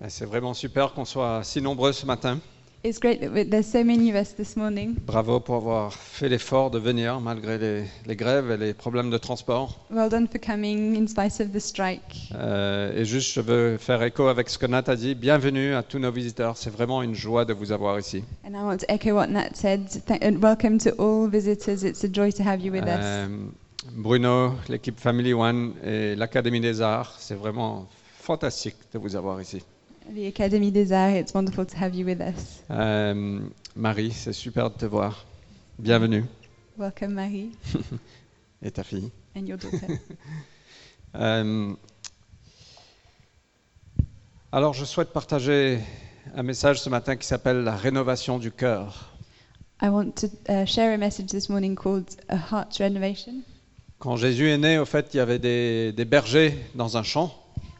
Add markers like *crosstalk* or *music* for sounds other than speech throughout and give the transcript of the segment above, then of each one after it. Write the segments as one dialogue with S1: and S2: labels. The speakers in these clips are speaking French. S1: Ah, C'est vraiment super qu'on soit si nombreux ce matin.
S2: It's great that we- there's so many of us this morning.
S1: Bravo pour avoir fait l'effort de venir malgré les, les grèves et les problèmes de transport.
S2: Well done for coming in spite of the strike.
S1: Euh, et juste, je veux faire écho avec ce que Nat a dit. Bienvenue à tous nos visiteurs. C'est vraiment une joie de vous avoir ici.
S2: And I want to echo what Nat said. Th- and welcome to all visitors. It's a joy to have you with us.
S1: Euh, Bruno, l'équipe Family One et l'Académie des Arts, c'est vraiment fantastique de vous avoir ici.
S2: The Académie des Arts, it's wonderful to have you with us.
S1: Euh, Marie, c'est super de te voir. Bienvenue.
S2: Welcome, Marie,
S1: Et ta fille.
S2: and your daughter.
S1: Euh, alors, je souhaite partager un message ce matin qui s'appelle la rénovation du cœur.
S2: I want to uh, share a message this morning called A Heart Renovation.
S1: Quand Jésus est né, au fait, il y avait des, des bergers dans un champ.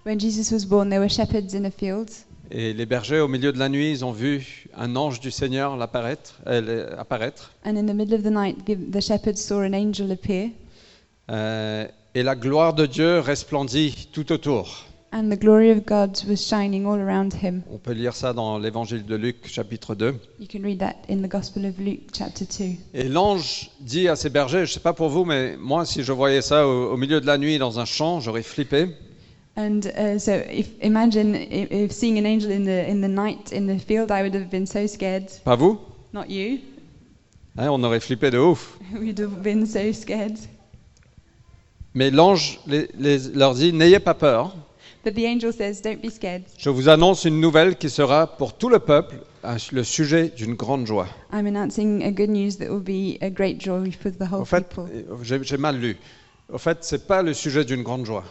S2: When Jesus was born, there were shepherds in a field,
S1: Et les bergers, au milieu de la nuit, ils ont vu un ange du Seigneur l'apparaître- euh, le- apparaître.
S2: and in the middle of the night, give, the shepherds saw an angel appear,
S1: Euh, et la gloire de Dieu resplendit tout autour.
S2: and the glory of God was shining all around him.
S1: On peut lire ça dans l'évangile de Luc, chapitre 2.
S2: You can read that in the Gospel of Luke, chapter 2.
S1: Et l'ange dit à ses bergers, je ne sais pas pour vous, mais moi, si je voyais ça au, au milieu de la nuit dans un champ, j'aurais flippé.
S2: And uh, so, if, imagine if, if seeing an angel in the in the night in the field, I would have been so scared.
S1: Pas vous
S2: Not you. *laughs*
S1: Hein, On aurait flippé de ouf.
S2: We'd have been so scared.
S1: Mais l'ange les- les- leur dit, n'ayez pas peur.
S2: But the angel says, "Don't be scared.
S1: Je vous annonce une nouvelle qui sera pour tout le peuple un- le sujet d'une grande joie.
S2: I'm announcing a good news that will be a great joy for the whole
S1: Au fait, euh,
S2: people."
S1: j'ai j'ai mal lu. Au fait, c'est pas le sujet d'une grande joie.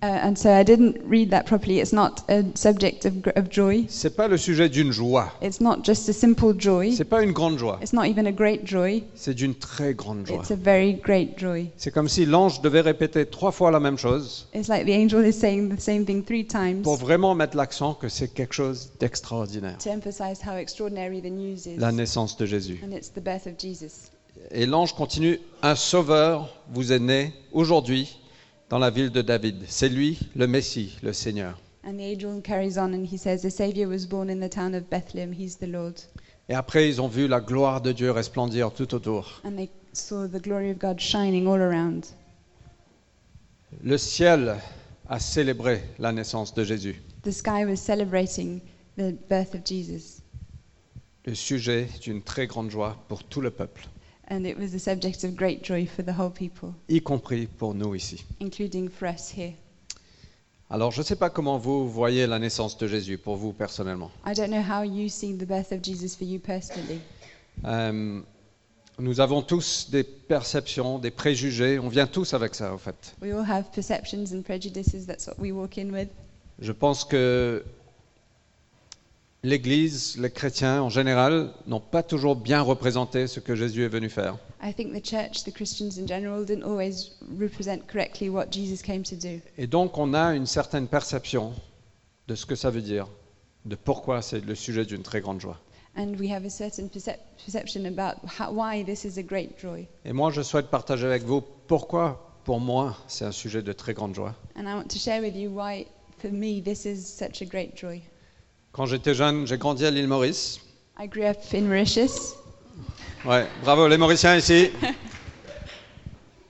S2: Uh, and so I didn't read that properly. It's not a subject of, gr- of joy.
S1: C'est pas le sujet d'une joie.
S2: It's not just a simple joy.
S1: C'est pas une grande joie.
S2: It's not even a great joy.
S1: C'est d'une très grande joie.
S2: It's a very great joy.
S1: C'est comme si l'ange devait répéter trois fois la même chose
S2: It's like the angel is saying the same thing three times.
S1: pour vraiment mettre l'accent que c'est quelque chose d'extraordinaire.
S2: to emphasize how extraordinary the news is.
S1: La naissance de Jésus.
S2: And it's the birth of Jesus.
S1: Et l'ange continue, un sauveur vous est né aujourd'hui dans la ville de David. C'est lui, le Messie, le Seigneur.
S2: And the angel carries on and he says, A Savior was born in the town of Bethlehem, he's the Lord.
S1: Et après, ils ont vu la gloire de Dieu resplendir tout autour.
S2: And they saw the glory of God shining all around.
S1: Le ciel a célébré la naissance de Jésus,
S2: The sky was celebrating the birth of Jesus,
S1: le sujet d'une très grande joie pour tout le peuple,
S2: and it was the subject of great joy for the whole people,
S1: y compris pour nous ici.
S2: including for us here.
S1: Alors, je ne sais pas comment vous voyez la naissance de Jésus pour vous personnellement.
S2: I don't know how you see the birth of Jesus for you personally.
S1: Euh, nous avons tous des perceptions, des préjugés, on vient tous avec ça, en fait.
S2: We all have perceptions and prejudices, that's what we walk in with.
S1: Je pense que l'Église, les chrétiens en général, n'ont pas toujours bien représenté ce que Jésus est venu faire.
S2: I think the church, the Christians in general, didn't always represent correctly what Jesus came to do.
S1: Et donc on a une certaine perception de ce que ça veut dire, de pourquoi c'est le sujet d'une très grande joie.
S2: And we have a certain percep- perception about how, why this is a great joy.
S1: Et moi, je souhaite partager avec vous pourquoi, pour moi, c'est un sujet de très grande joie.
S2: And I want to share with you why, for me, this is such a great joy.
S1: Quand j'étais jeune, j'ai grandi à l'île Maurice.
S2: I grew up in Mauritius,
S1: Ouais, bravo les Mauriciens ici.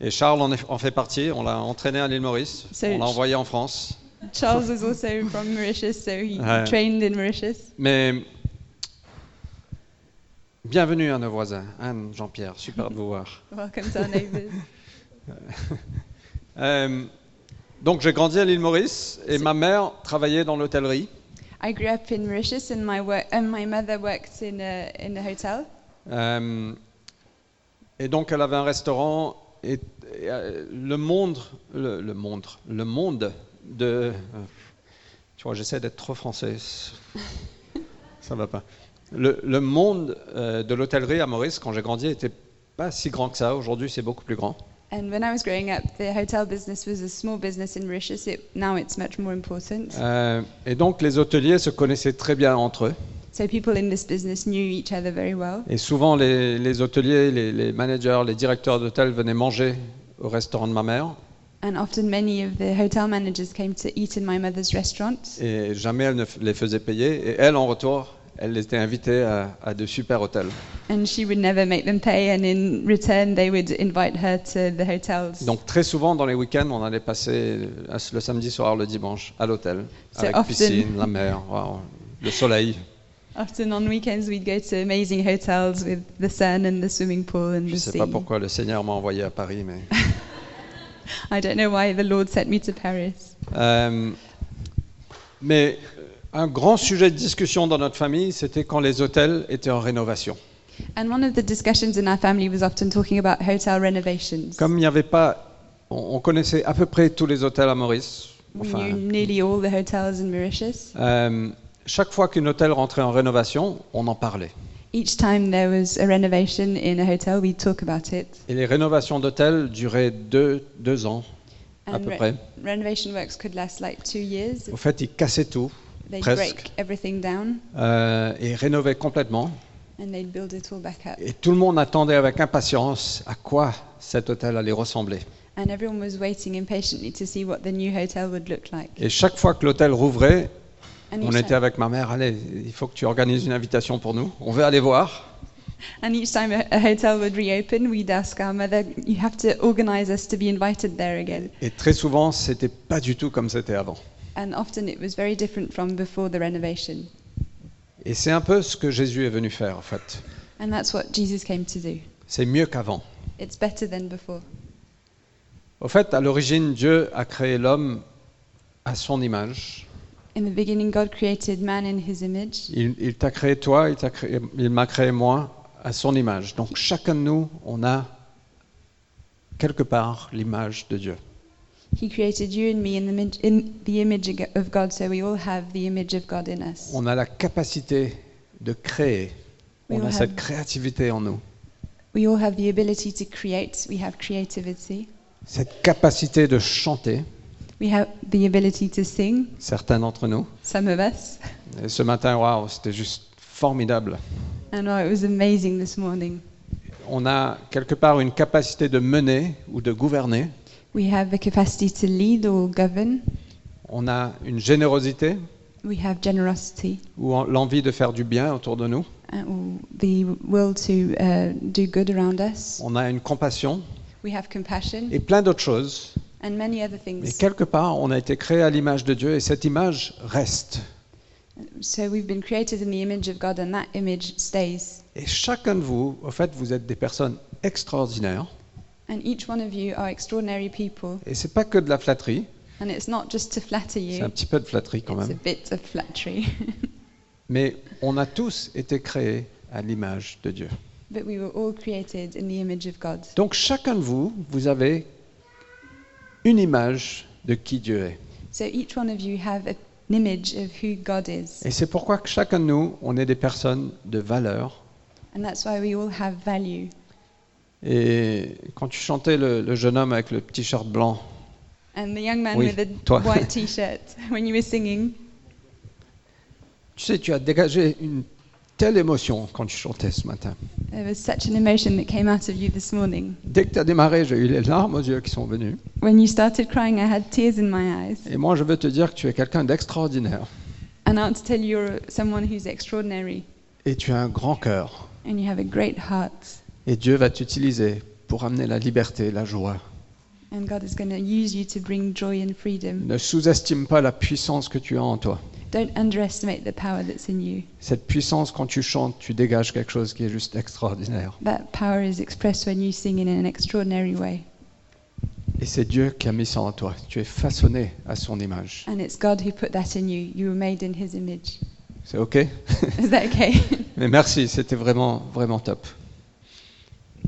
S1: Et Charles en, est- en fait partie. On l'a entraîné à l'île Maurice.
S2: C'est-
S1: On l'a envoyé en France.
S2: Charles was also from Mauritius, so he
S1: Ah.
S2: trained in Mauritius.
S1: Mais bienvenue à nos voisins. Anne, Jean-Pierre, super de vous voir.
S2: Welcome to our neighbours.
S1: Euh, donc j'ai grandi à l'île Maurice et
S2: C'est-
S1: ma mère travaillait dans l'hôtellerie.
S2: I grew up in Mauritius, and my work and my mother worked in a in a hotel,
S1: Euh, et donc elle avait un restaurant et, et, euh, le monde, le, le monde, le monde de, euh, tu vois, j'essaie d'être trop français, ça va pas. Le, le monde euh, de l'hôtellerie à Maurice quand j'ai grandi était pas si grand que ça. Aujourd'hui c'est beaucoup plus grand.
S2: and when I was growing up, the hotel business was a small business in Mauritius. It, now it's much more important.
S1: Euh, et donc les hôteliers se connaissaient très bien entre eux.
S2: So people in this business knew each other very well.
S1: Et souvent, les, les hôteliers, les, les managers, les directeurs d'hôtel venaient manger au restaurant de ma mère.
S2: And often many of the hotel managers came to eat in my mother's restaurant.
S1: Et jamais elle ne f- les faisait payer. Et elle, en retour, elle était invitée à, à de super hôtels.
S2: And she would never make them pay, and in return, they would invite her to the hotels.
S1: Donc très souvent, dans les week-ends, on allait passer euh, le samedi soir, le dimanche, à l'hôtel.
S2: C'est
S1: Avec
S2: often-
S1: piscine, la mer, waouh, le soleil.
S2: Often on weekends, we'd go to amazing hotels with the sun and the swimming pool and
S1: Je
S2: the
S1: ne sais pas
S2: sea.
S1: pourquoi le Seigneur m'a envoyé à Paris, mais...
S2: I don't know why the Lord sent me to Paris.
S1: Euh, mais un grand sujet de discussion dans notre famille, c'était quand les hôtels étaient en rénovation.
S2: And one of the discussions in our family was often talking about hotel renovations.
S1: Comme il n'y avait pas, on, on connaissait à peu près tous les hôtels à Maurice.
S2: we
S1: Enfin,
S2: knew nearly all the hotels in Mauritius.
S1: euh, chaque fois qu'un hôtel rentrait en rénovation, on en parlait.
S2: Each time there was a renovation in a hotel, we'd talk about it.
S1: Et les rénovations d'hôtels duraient deux, deux ans à
S2: And
S1: peu
S2: re-
S1: près.
S2: renovation works could last like two years.
S1: Au fait, ils cassaient tout
S2: They'd
S1: presque.
S2: break everything down
S1: euh, et rénovaient complètement.
S2: and they'd build it all back up.
S1: Et tout le monde attendait avec impatience à quoi cet hôtel allait ressembler.
S2: And everyone was waiting impatiently to see what the new hotel would look like.
S1: Et chaque fois que l'hôtel rouvrait,
S2: And
S1: On
S2: each
S1: était
S2: time,
S1: avec ma mère, allez, il faut que tu organises une invitation pour nous. On veut aller voir.
S2: and each time a, a hotel would reopen, we'd ask our mother, You have to organize us to be invited there again.
S1: Et très souvent, c'était pas du tout comme c'était avant.
S2: And often it was very different from before the renovation.
S1: Et c'est un peu ce que Jésus est venu faire, en fait.
S2: And that's what Jesus came to do.
S1: C'est mieux qu'avant.
S2: It's better than before.
S1: Au fait, à l'origine, Dieu a créé l'homme à son image.
S2: In the beginning, God created man in his image.
S1: Il, il t'a créé toi, il, t'a créé- il m'a créé moi à son image. Donc chacun de nous, on a quelque part l'image de Dieu.
S2: He created you and me in the, image, in the image ag- of God, so we all have the image of God in us.
S1: On a la capacité de créer.
S2: We
S1: On a
S2: all
S1: cette
S2: have-
S1: créativité en nous.
S2: We all have the ability to create. We have creativity.
S1: Cette capacité de chanter.
S2: We have the ability to sing,
S1: certains d'entre nous.
S2: some of us.
S1: Et ce matin, waouh, c'était juste formidable.
S2: And oh, it was amazing this morning.
S1: On a quelque part une capacité de mener ou de gouverner.
S2: We have the capacity to lead or govern.
S1: On a une générosité
S2: We have generosity
S1: ou en- l'envie de faire du bien autour de nous.
S2: and or the will to uh, do good around us.
S1: On a une compassion
S2: We have compassion
S1: et plein d'autres choses.
S2: and many other
S1: Mais
S2: things.
S1: quelque part, on a été créé à l'image de Dieu et cette image reste.
S2: So we've been created in the image of God, and that image stays.
S1: Et chacun de vous, au fait, vous êtes des personnes extraordinaires.
S2: And each one of you are extraordinary people,
S1: Et c'est pas que de la flatterie,
S2: and it's not just to flatter
S1: c'est un
S2: you.
S1: petit peu de flatterie quand
S2: It's a
S1: même.
S2: bit of flattery, *laughs*
S1: Mais on a tous été créés à l'image de Dieu.
S2: but we were all created in the image of God.
S1: Donc chacun de vous, vous avez une image de qui Dieu est.
S2: So each one of you have a- an image of who God is,
S1: Et c'est pourquoi que chacun de nous, on est des personnes de valeur.
S2: and that's why we all have value.
S1: Et quand tu chantais le, le jeune homme avec le petit shirt blanc,
S2: And the young man
S1: Oui,
S2: with the
S1: toi.
S2: white T-shirt, *laughs* when you were singing,
S1: tu sais, tu as dégagé une telle émotion quand tu chantais ce matin.
S2: there was such an emotion that came out of you this morning.
S1: Dès que tu as démarré, j'ai eu les larmes aux yeux qui sont venues.
S2: When you started crying, I had tears in my eyes,
S1: Et moi, je veux te dire que tu es quelqu'un d'extraordinaire.
S2: and I want to tell you, you're someone who's extraordinary.
S1: Et tu as un grand cœur.
S2: and you have a great heart.
S1: Et Dieu va t'utiliser pour amener la liberté, la joie.
S2: And God is going to use you to bring joy and freedom.
S1: Ne sous-estime pas la puissance que tu as en toi.
S2: Don't underestimate the power that's in you.
S1: Cette puissance, quand tu chantes, tu dégages quelque chose qui est juste extraordinaire.
S2: That power is expressed when you sing in an extraordinary way.
S1: Et c'est Dieu qui a mis ça en toi. Tu es façonné à son image.
S2: And it's God who put that in you. You were made in His image. *laughs*
S1: C'est OK
S2: Is that okay? *laughs*
S1: Mais merci, c'était vraiment, vraiment top.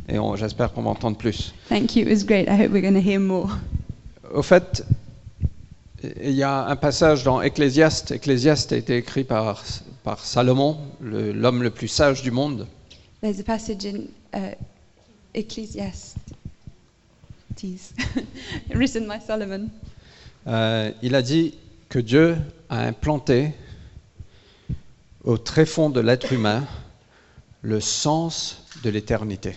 S1: Et on- j'espère qu'on va entendre plus.
S2: Thank you. It was great. I hope we're going to hear more.
S1: Au fait, il y a un passage dans Ecclésiaste. Ecclésiaste a été écrit par, par Salomon, le- l'homme le plus sage du monde.
S2: There's a passage in uh, Ecclesiastes *laughs* written by Solomon.
S1: Euh, il a dit que Dieu a implanté au tréfonds de l'être humain le sens de l'éternité.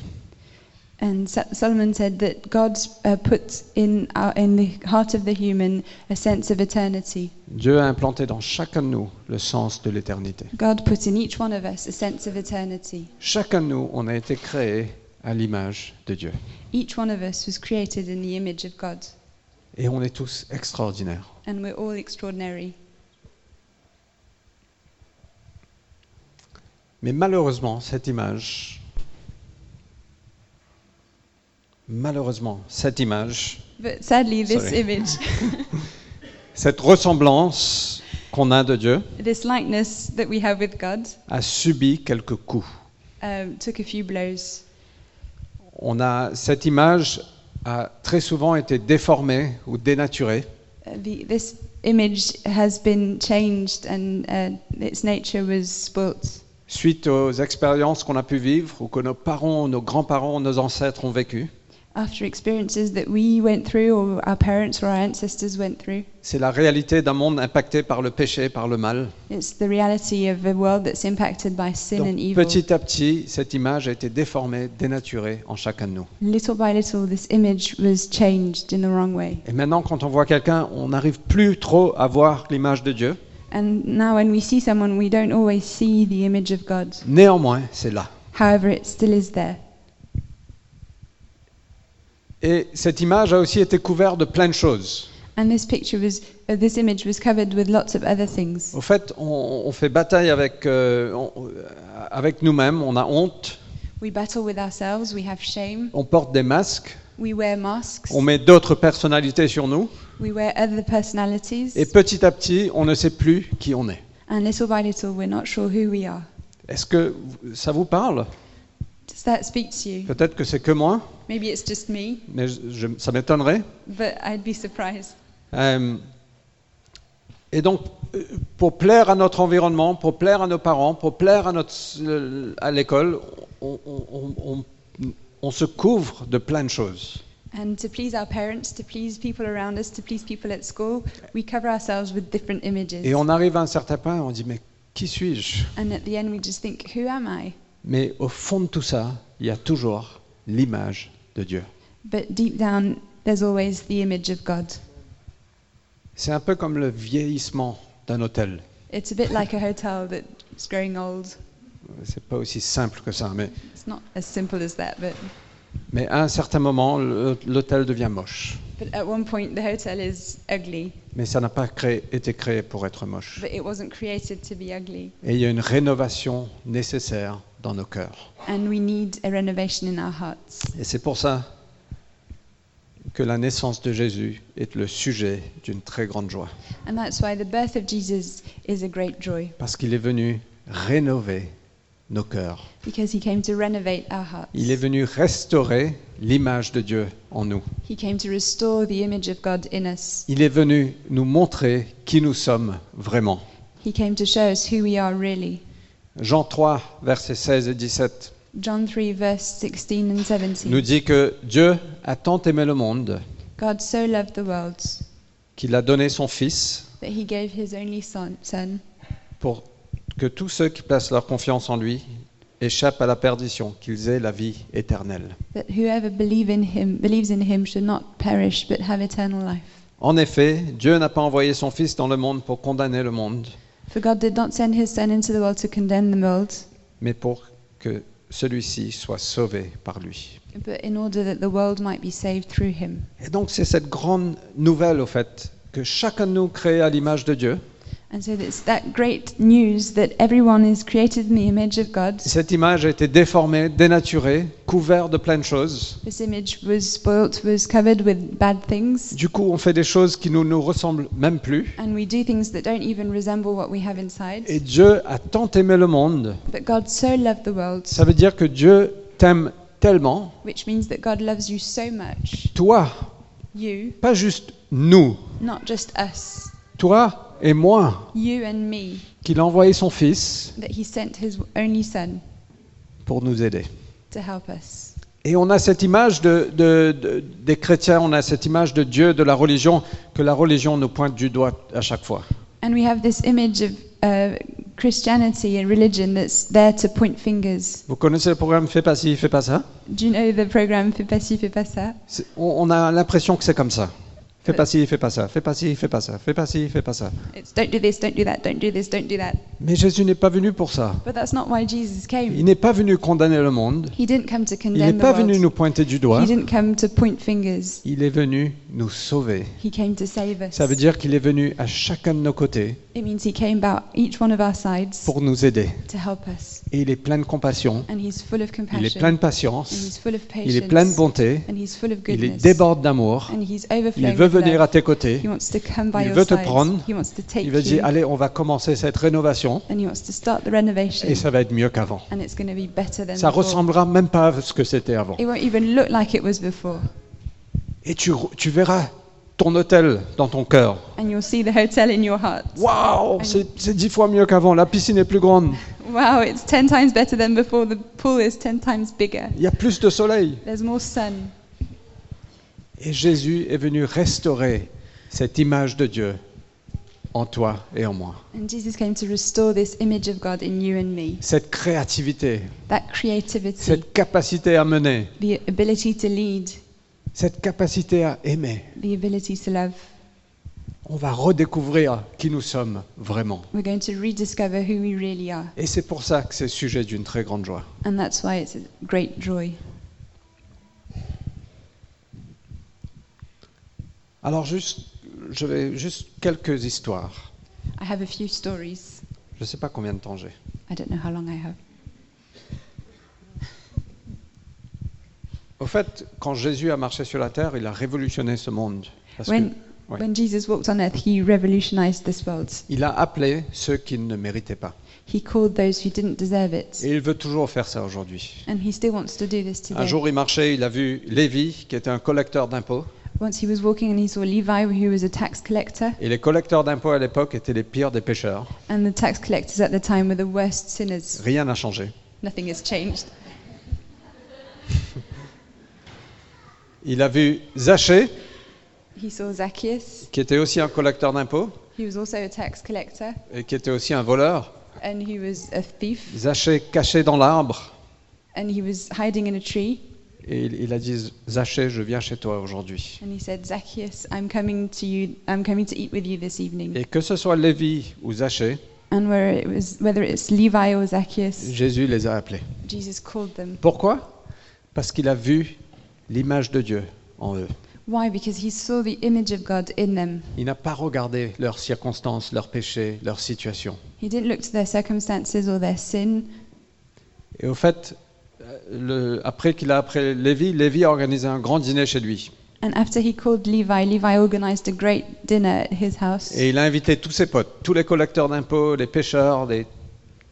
S2: And Sa- Solomon said that God uh, puts in, our, in the heart of the human a sense of eternity.
S1: Dieu a implanté dans chacun de nous le sens de l'éternité.
S2: God put in each one of us a sense of eternity.
S1: Chacun de nous, on a été créé à l'image de Dieu.
S2: Each one of us was created in the image of God,
S1: Et on est tous extraordinaires.
S2: and we're all extraordinary.
S1: Mais malheureusement, cette image, malheureusement, cette image,
S2: But sadly, this
S1: Sorry.
S2: image,
S1: cette ressemblance qu'on a de Dieu,
S2: this likeness that we have with God,
S1: a subi quelques coups.
S2: um, took a few blows.
S1: On a, cette image a très souvent été déformée ou dénaturée
S2: Uh, the, this image has been changed, and uh, its nature was spoilt
S1: suite aux expériences qu'on a pu vivre ou que nos parents, nos grands-parents, nos ancêtres ont vécues.
S2: after experiences that we went through, or our parents or our ancestors went through.
S1: C'est la réalité d'un monde impacté par le péché, par le mal.
S2: It's the reality of a world that's impacted by sin
S1: Donc,
S2: and evil.
S1: petit à petit, cette image a été déformée, dénaturée en chacun de nous.
S2: Little by little, this image was changed in the wrong way.
S1: Et maintenant, quand on voit quelqu'un, on n'arrive plus trop à voir l'image de Dieu.
S2: And now, when we see someone, we don't always see the image of God.
S1: Néanmoins, c'est là.
S2: However, it still is there.
S1: Et cette image a aussi été couverte de plein de choses.
S2: And this picture was, uh, this image was covered with lots of other things.
S1: Au fait, on, on fait bataille avec, euh, on- avec nous-mêmes, on a honte,
S2: We battle with ourselves. We have shame.
S1: on porte des masques,
S2: We wear masks.
S1: on met d'autres personnalités sur nous,
S2: We wear other personalities.
S1: et petit à petit, on ne sait plus qui on est.
S2: And little by little, we're not sure who we are.
S1: Est-ce que ça vous parle
S2: Does that speak to you?
S1: Peut-être que c'est que moi,
S2: Maybe it's just me,
S1: mais je- je- ça m'étonnerait.
S2: but I'd be surprised.
S1: Euh, et donc, euh, pour plaire à notre environnement, pour plaire à nos parents, pour plaire à, notre, euh, à l'école, on, on- on- on- on se couvre de plein de choses.
S2: And to please our parents, to please people around us, to please people at school, we cover ourselves with different images.
S1: Et on arrive à un certain point, on dit, mais qui suis-je
S2: And at the end, we just think, who am I?
S1: Mais au fond de tout ça, il y a toujours l'image de Dieu.
S2: But deep down, there's always the image of God.
S1: C'est un peu comme le vieillissement d'un hôtel.
S2: It's a bit like a hotel that's growing old.
S1: C'est pas aussi simple que ça, mais,
S2: It's not as simple as that, but,
S1: mais à un certain moment, le- l'hôtel devient moche.
S2: but at one point, the hotel is ugly,
S1: Mais ça n'a pas créé- été créé pour être moche.
S2: but it wasn't created to be ugly.
S1: Et il y a une rénovation nécessaire dans nos cœurs.
S2: And we need a renovation in our hearts.
S1: Et c'est pour ça que la naissance de Jésus est le sujet d'une très grande joie.
S2: And that's why the birth of Jesus is a great joy,
S1: Parce qu'il est venu rénover nos cœurs.
S2: because he came to renovate our hearts.
S1: Il est venu restaurer l'image de Dieu en nous.
S2: He came to restore the image of God in us.
S1: Il est venu nous montrer qui nous sommes vraiment.
S2: He came to show us who we are really.
S1: Jean 3, versets 16 et 17
S2: John 3, verse 16 and
S1: nous
S2: 17.
S1: dit que Dieu a tant aimé le monde
S2: God so loved the world
S1: qu'il a donné son Fils
S2: that he gave his only son, son,
S1: pour que tous ceux qui placent leur confiance en lui échappent à la perdition, qu'ils aient la vie éternelle.
S2: that whoever believe in him, believes in him should not perish but have eternal life.
S1: En effet, Dieu n'a pas envoyé son Fils dans le monde pour condamner le monde,
S2: For God did not send his Son into the world to condemn the world,
S1: mais pour que celui-ci soit sauvé par lui.
S2: but in order that the world might be saved through him.
S1: Et donc c'est cette grande nouvelle, au fait, que chacun de nous créé à l'image de Dieu.
S2: And so it's that great news that everyone is created in the image of God.
S1: Cette image a été déformée, dénaturée, couverte de plein de choses.
S2: This image was spoilt, was covered with bad things.
S1: Du coup, on fait des choses qui ne nous ressemblent même plus.
S2: And we do things that don't even resemble what we have inside.
S1: Et Dieu a tant aimé le monde
S2: But God so loved the world,
S1: Ça veut dire que Dieu t'aime tellement,
S2: which means that God loves you so much,
S1: toi,
S2: you,
S1: pas juste nous,
S2: not just us,
S1: toi et moi,
S2: you and me,
S1: qu'il a envoyé son Fils
S2: that He sent His only Son
S1: pour nous aider.
S2: to help us.
S1: Et on a cette image de, de- de- des chrétiens, on a cette image de Dieu, de la religion, que la religion nous pointe du doigt à chaque fois.
S2: And we have this image of uh, Christianity and religion that's there to point fingers.
S1: Vous connaissez le programme Fais pas ci, fais pas ça
S2: Do you know the program Fais pas ci, fais pas ça?
S1: C'est- on, on a l'impression que c'est comme ça. Fais pas ci, fais pas ça. Fais pas ci, fais pas ça. Fais pas ci, fais pas ça.
S2: It's don't do this, don't do that, don't do this, don't do that.
S1: Mais Jésus n'est pas venu pour ça.
S2: But that's not why Jesus came.
S1: Il n'est pas venu condamner le monde.
S2: He didn't come to
S1: Il n'est
S2: condemn the
S1: pas venu
S2: world.
S1: nous pointer du
S2: He
S1: doigt.
S2: didn't come to point fingers.
S1: Il est venu nous sauver.
S2: He came to save us.
S1: Ça veut dire qu'il est venu à chacun de nos côtés
S2: It means he came about each one of our sides
S1: pour nous aider.
S2: to help us.
S1: Et il est plein de compassion.
S2: And he's full of compassion.
S1: Il est plein de
S2: And he's
S1: patience.
S2: full of patience.
S1: Il est plein de bonté.
S2: And he's full of
S1: Il est
S2: goodness.
S1: déborde d'amour.
S2: And he's
S1: Il
S2: overflowing
S1: veut
S2: with
S1: venir
S2: love.
S1: à tes côtés.
S2: He wants to come by
S1: Il
S2: your
S1: veut te
S2: sides.
S1: prendre.
S2: He wants to take
S1: Il va
S2: you.
S1: dire, allez, on va commencer cette rénovation
S2: And he wants to start the renovation.
S1: et ça va être mieux qu'avant.
S2: And it's going to be better than
S1: Ça
S2: before.
S1: ressemblera même pas à ce que c'était avant.
S2: It won't even look like it was before.
S1: Et tu, tu verras ton hôtel dans ton cœur.
S2: And you'll see the hotel in your heart.
S1: Waouh, c'est c'est dix fois mieux qu'avant. La piscine est plus grande.
S2: Wow, it's 10 times better than before. The pool is 10 times bigger.
S1: Il y a plus de soleil.
S2: There's more sun.
S1: Et Jésus est venu restaurer cette image de Dieu en toi et en moi.
S2: And Jesus came to restore this image of God in you and me.
S1: Cette créativité,
S2: That creativity,
S1: cette capacité à mener,
S2: the ability to lead,
S1: cette capacité à aimer.
S2: the ability to love.
S1: On va redécouvrir qui nous sommes vraiment.
S2: We're going to rediscover who we really are.
S1: Et c'est pour ça que c'est sujet d'une très grande joie.
S2: And that's why it's a great joy.
S1: Alors juste, je vais juste quelques histoires.
S2: I have a few stories.
S1: Je ne sais pas combien de temps j'ai.
S2: I don't know how long I have.
S1: Au fait, quand Jésus a marché sur la terre, il a révolutionné ce monde. Parce
S2: When,
S1: que- ouais.
S2: when Jesus walked on earth, he revolutionized this world.
S1: Il a appelé ceux qui ne méritaient pas.
S2: He called those who didn't deserve it.
S1: Et il veut toujours faire ça aujourd'hui.
S2: And he still wants to do this
S1: Un
S2: today.
S1: jour, il marchait, il a vu Lévi, qui était un collecteur d'impôts.
S2: Once he was walking and he saw Levi, who was a tax collector,
S1: Et les collecteurs d'impôts à l'époque étaient les pires des pêcheurs.
S2: and the tax collectors at the time were the worst sinners.
S1: Rien n'a changé.
S2: Nothing has changed.
S1: Il a vu Zachée,
S2: He saw Zacchaeus,
S1: qui était aussi un collecteur d'impôts
S2: he was also a tax collector,
S1: et qui était aussi un voleur.
S2: and he was a thief,
S1: Zachée caché dans l'arbre.
S2: and he was hiding in a tree.
S1: Et il, il a dit Zachée, je viens chez toi aujourd'hui.
S2: And he said, Zacchaeus, I'm coming to you. I'm coming to eat with you this evening.
S1: Et que ce soit Lévi ou Zachée,
S2: And where it was, whether it's Levi or Zacchaeus,
S1: Jésus les a appelés.
S2: Jesus called them.
S1: Pourquoi Parce qu'il a vu l'image de Dieu en eux.
S2: Why? Because he saw the image of God in them.
S1: Il n'a pas regardé leurs circonstances, leurs péchés, leur situation.
S2: He didn't look to their circumstances or their sin.
S1: Et au fait, euh, le- après qu'il a appelé Lévi, Lévi a organisé un grand dîner chez lui.
S2: And after he called Levi, Levi organized a great dinner at his house,
S1: Et il a invité tous ses potes, tous les collecteurs d'impôts, les pêcheurs, les-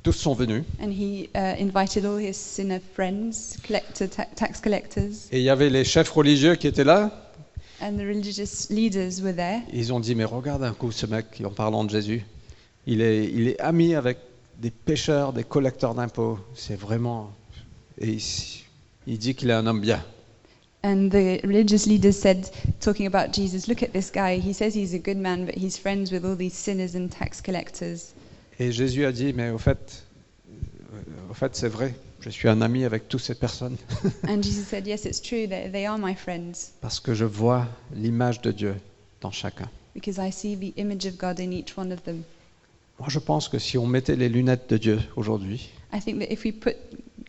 S1: tous sont venus.
S2: and he uh, invited all his sinner friends, collector, ta- tax collectors,
S1: Et il y avait les chefs religieux qui étaient là.
S2: and the religious leaders were there.
S1: Ils ont dit, mais regarde un coup ce mec en parlant de Jésus. Il est, il est ami avec des pêcheurs, des collecteurs d'impôts. C'est vraiment... Et il, il dit qu'il est un homme bien.
S2: And the religious leaders said, talking about Jesus, look at this guy. He says he's a good man, but he's friends with all these sinners and tax collectors.
S1: Et Jésus a dit, mais au fait, euh, au fait c'est vrai, je suis un ami avec toutes ces personnes,
S2: and Jesus said, yes, it's true. They, they are my friends
S1: parce que je vois l'image de Dieu dans chacun.
S2: because I see the image of God in each one of them.
S1: Moi, je pense que si on mettait les lunettes de Dieu aujourd'hui,
S2: I think that if we put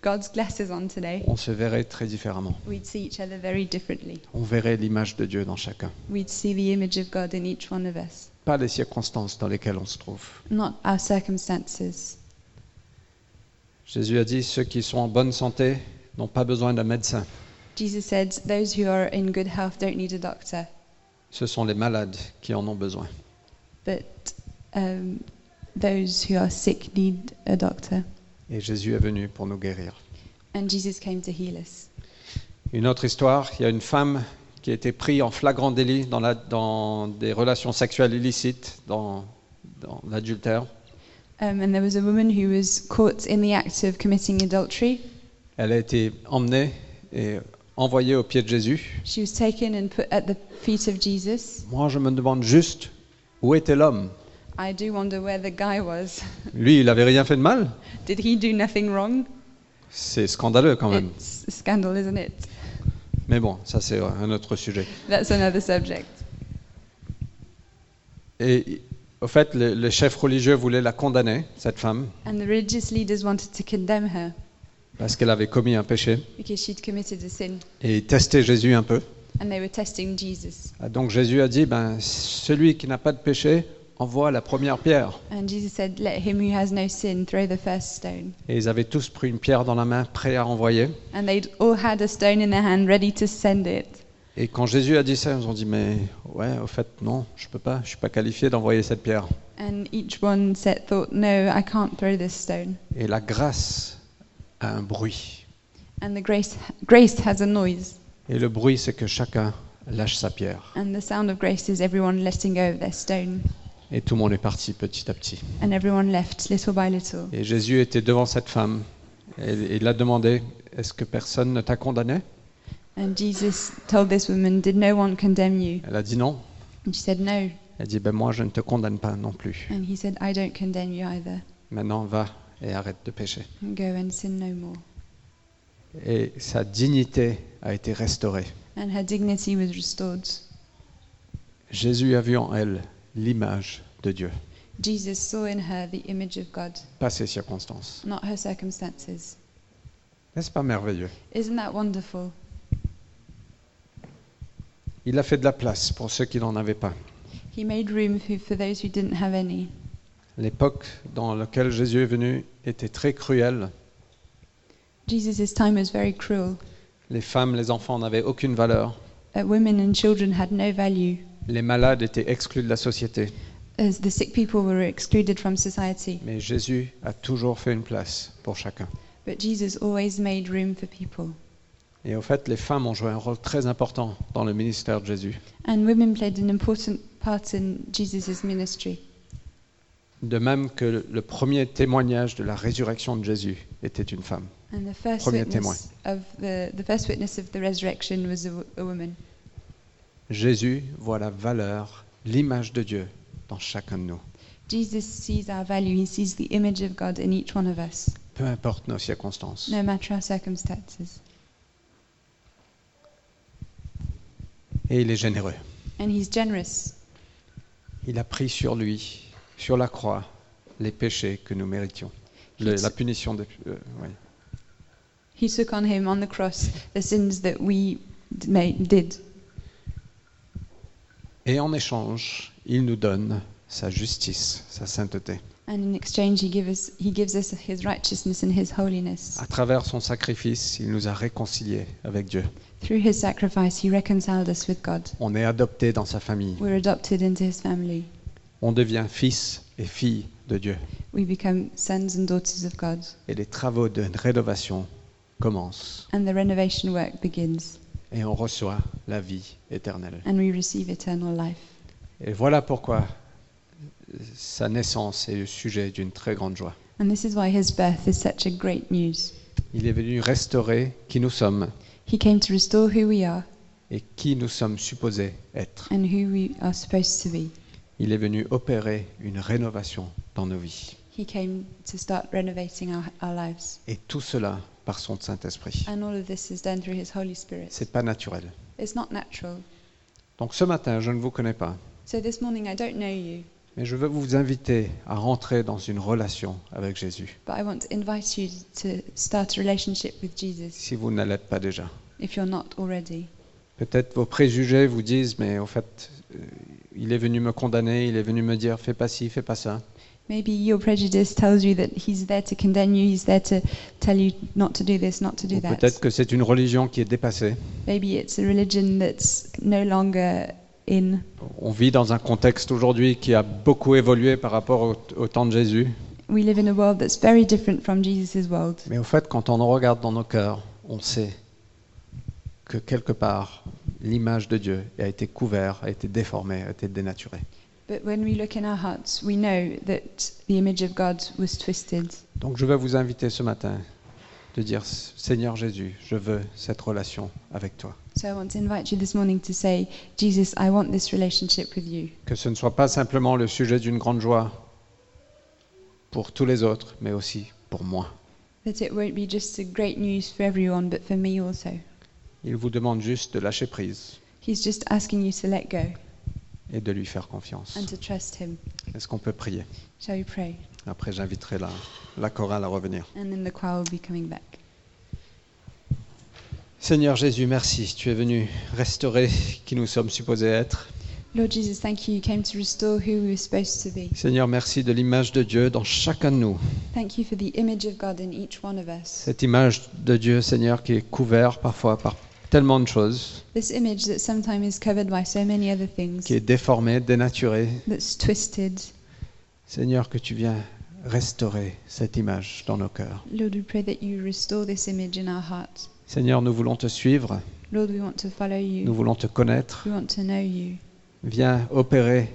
S2: God's glasses on today,
S1: on se verrait très différemment.
S2: we'd see each other very differently.
S1: On verrait l'image de Dieu dans chacun,
S2: We'd see the image of God in each one of us,
S1: pas les circonstances dans lesquelles on se trouve.
S2: not our circumstances.
S1: Jésus a dit, ceux qui sont en bonne santé n'ont pas besoin d'un médecin.
S2: Jesus said, those who are in good health don't need a doctor,
S1: Ce sont les malades qui en ont besoin.
S2: but um, those who are sick need a doctor.
S1: Et Jésus est venu pour nous guérir.
S2: And Jesus came to heal us.
S1: Une autre histoire, il y a une femme qui a été prise en flagrant délit dans, la- dans des relations sexuelles illicites, dans, dans l'adultère.
S2: Um, and there was a woman who was caught in the act of committing adultery.
S1: Elle a été emmenée et envoyée aux pieds de Jésus.
S2: She was taken and put at the feet of Jesus.
S1: Moi, je me demande juste où était l'homme
S2: I do wonder where the guy was. *laughs*
S1: Lui, il avait rien fait de mal.
S2: Did he do nothing wrong?
S1: C'est scandaleux quand même.
S2: It's a scandal, isn't it?
S1: Mais bon, ça c'est un autre sujet.
S2: That's another subject.
S1: Et au fait, le, le chef religieux voulait la condamner, cette femme,
S2: And the religious leaders wanted to condemn her
S1: parce qu'elle avait commis un péché
S2: because she'd committed a sin
S1: et testé Jésus un peu.
S2: and they were testing Jesus.
S1: Ah, Donc Jésus a dit, ben, celui qui n'a pas de péché envoie la première pierre.
S2: And Jesus said, Let him who has no sin throw the first stone.
S1: Et ils avaient tous pris une pierre dans la main, prêts à envoyer.
S2: And they'd all had a stone in their hand ready to send it.
S1: Et quand Jésus a dit ça, ils ont dit, mais ouais, au fait, non, je peux pas, je suis pas qualifié d'envoyer cette pierre.
S2: And each one said, thought, No, I can't throw this stone.
S1: Et la grâce a un bruit.
S2: And the grace, grace has a noise.
S1: Et le bruit, c'est que chacun lâche sa pierre.
S2: And the sound of grace is everyone letting go of their stone.
S1: Et tout le monde est parti petit à petit.
S2: And everyone left little by little.
S1: Et Jésus était devant cette femme. Et et il a demandé, est-ce que personne ne t'a condamné
S2: And Jesus told this woman, Did no one condemn you?
S1: Elle a dit non.
S2: And she said, No.
S1: Elle dit, ben moi, je ne te condamne pas non plus.
S2: And he said, I don't condemn you either.
S1: Maintenant, va et arrête de pécher.
S2: And go and sin no more.
S1: Et sa dignité a été restaurée.
S2: And her dignity was restored.
S1: Jésus a vu en elle l'image de Dieu,
S2: Jesus saw in her the image of God,
S1: pas ses circonstances.
S2: not her circumstances.
S1: N'est-ce pas merveilleux
S2: Isn't that wonderful?
S1: Il a fait de la place pour ceux qui n'en avaient pas.
S2: He made room for, for those who didn't have any.
S1: L'époque dans laquelle Jésus est venu était très cruelle.
S2: Jesus' time was very cruel.
S1: Les femmes, les enfants n'avaient aucune valeur.
S2: Uh, women and children had no value,
S1: Les malades étaient exclus de la société.
S2: as the sick people were excluded from society.
S1: Mais Jésus a toujours fait une place pour chacun.
S2: But Jesus always made room for people.
S1: Et au fait, les femmes ont joué un rôle très important dans le ministère de Jésus.
S2: And women played an important part in Jesus' ministry.
S1: De même que le premier témoignage de la résurrection de Jésus était une femme.
S2: And the first
S1: Premier
S2: witness of the, the first witness of the resurrection was a, wo- a woman.
S1: Jésus voit la valeur, l'image de Dieu dans chacun de nous,
S2: Jesus sees our value. He sees the image of God in each one of us,
S1: peu importe nos circonstances.
S2: no matter our circumstances.
S1: Et il est généreux.
S2: And he's generous.
S1: Il a pris sur lui, sur la croix, les péchés que nous méritions. Le-
S2: Qui-
S1: la punition des... euh, oui.
S2: He took on him on the cross the sins that we d- made, did.
S1: Et en échange, il nous donne sa justice, sa sainteté.
S2: And in exchange, he, give us, he gives us his righteousness and his holiness.
S1: À travers son sacrifice, il nous a réconciliés avec Dieu.
S2: Through his sacrifice, he reconciled us with God.
S1: On est adopté dans sa famille.
S2: We're adopted into his family.
S1: On devient fils et fille de Dieu.
S2: We become sons and daughters of God.
S1: Et les travaux de rénovation commencent.
S2: And the renovation work begins.
S1: Et on reçoit la vie éternelle.
S2: And we receive eternal life.
S1: Et voilà pourquoi sa naissance est le sujet d'une très grande joie.
S2: And this is why his birth is such a great news.
S1: Il est venu restaurer qui nous sommes
S2: He came to restore who we are
S1: et qui nous sommes supposés être.
S2: and who we are supposed to be.
S1: Il est venu opérer une rénovation dans nos vies.
S2: He came to start renovating our, our lives.
S1: Et tout cela par son Saint-Esprit.
S2: And all of this is done through his Holy Spirit.
S1: C'est pas naturel.
S2: It's not natural.
S1: Donc ce matin, je ne vous connais pas,
S2: So this morning, I don't know you,
S1: mais je veux vous inviter à rentrer dans une relation avec Jésus,
S2: but I want to invite you to start a relationship with Jesus
S1: si vous ne l'êtes pas déjà.
S2: if you're not already.
S1: Peut-être vos préjugés vous disent, mais au fait, euh, il est venu me condamner, il est venu me dire, fais pas ci, fais pas ça.
S2: Maybe your prejudice tells you that he's there to condemn you, he's there to tell you not to do this, not to do
S1: Ou
S2: that.
S1: peut-être que c'est une religion qui est dépassée.
S2: Maybe it's a religion that's no longer in.
S1: On vit dans un contexte aujourd'hui qui a beaucoup évolué par rapport au, au temps de Jésus.
S2: We live in a world that's very different from Jesus' world.
S1: Mais au fait, quand on regarde dans nos cœurs, on sait que quelque part, l'image de Dieu a été couverte, a été déformée, a été dénaturée.
S2: But when we look in our hearts, we know that the image of God was twisted.
S1: Donc je vais vous inviter ce matin de dire, Seigneur Jésus, je veux cette relation avec toi.
S2: So I want to invite you this morning to say, Jesus, I want this relationship with you.
S1: Que ce ne soit pas simplement le sujet d'une grande joie pour tous les autres, mais aussi pour moi.
S2: That it won't be just the great news for everyone, but for me also.
S1: Il vous demande juste de lâcher prise
S2: He's just asking you to let go
S1: et de lui faire confiance.
S2: and to trust Him.
S1: Est-ce qu'on peut prier
S2: Shall we pray?
S1: Après, j'inviterai la, la chorale à revenir.
S2: And then the choir will be coming back.
S1: Seigneur Jésus, merci. Tu es venu restaurer qui nous sommes supposés être.
S2: Lord Jesus, thank you. You came to restore who we were supposed to be.
S1: Seigneur, merci de l'image de Dieu dans chacun de nous.
S2: Thank you for the image of God in each one of us.
S1: Cette image de Dieu, Seigneur, qui est couverte parfois par tellement de choses,
S2: This image that sometimes is covered by so many other things,
S1: qui est déformée, dénaturée.
S2: that's twisted.
S1: Seigneur, que tu viens restaurer cette image dans nos cœurs.
S2: Lord, we pray that you restore this image in our hearts.
S1: Seigneur, nous voulons te suivre,
S2: Lord, we want to follow
S1: nous
S2: you.
S1: voulons te connaître.
S2: We want to know you.
S1: Viens opérer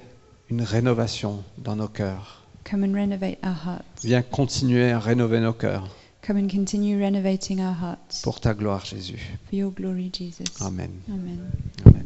S1: une rénovation dans nos cœurs.
S2: Come and renovate our hearts.
S1: Viens continuer à rénover nos cœurs
S2: Come and continue renovating our hearts
S1: pour ta gloire, Jésus.
S2: for your glory, Jesus.
S1: Amen.
S2: Amen.
S1: Amen.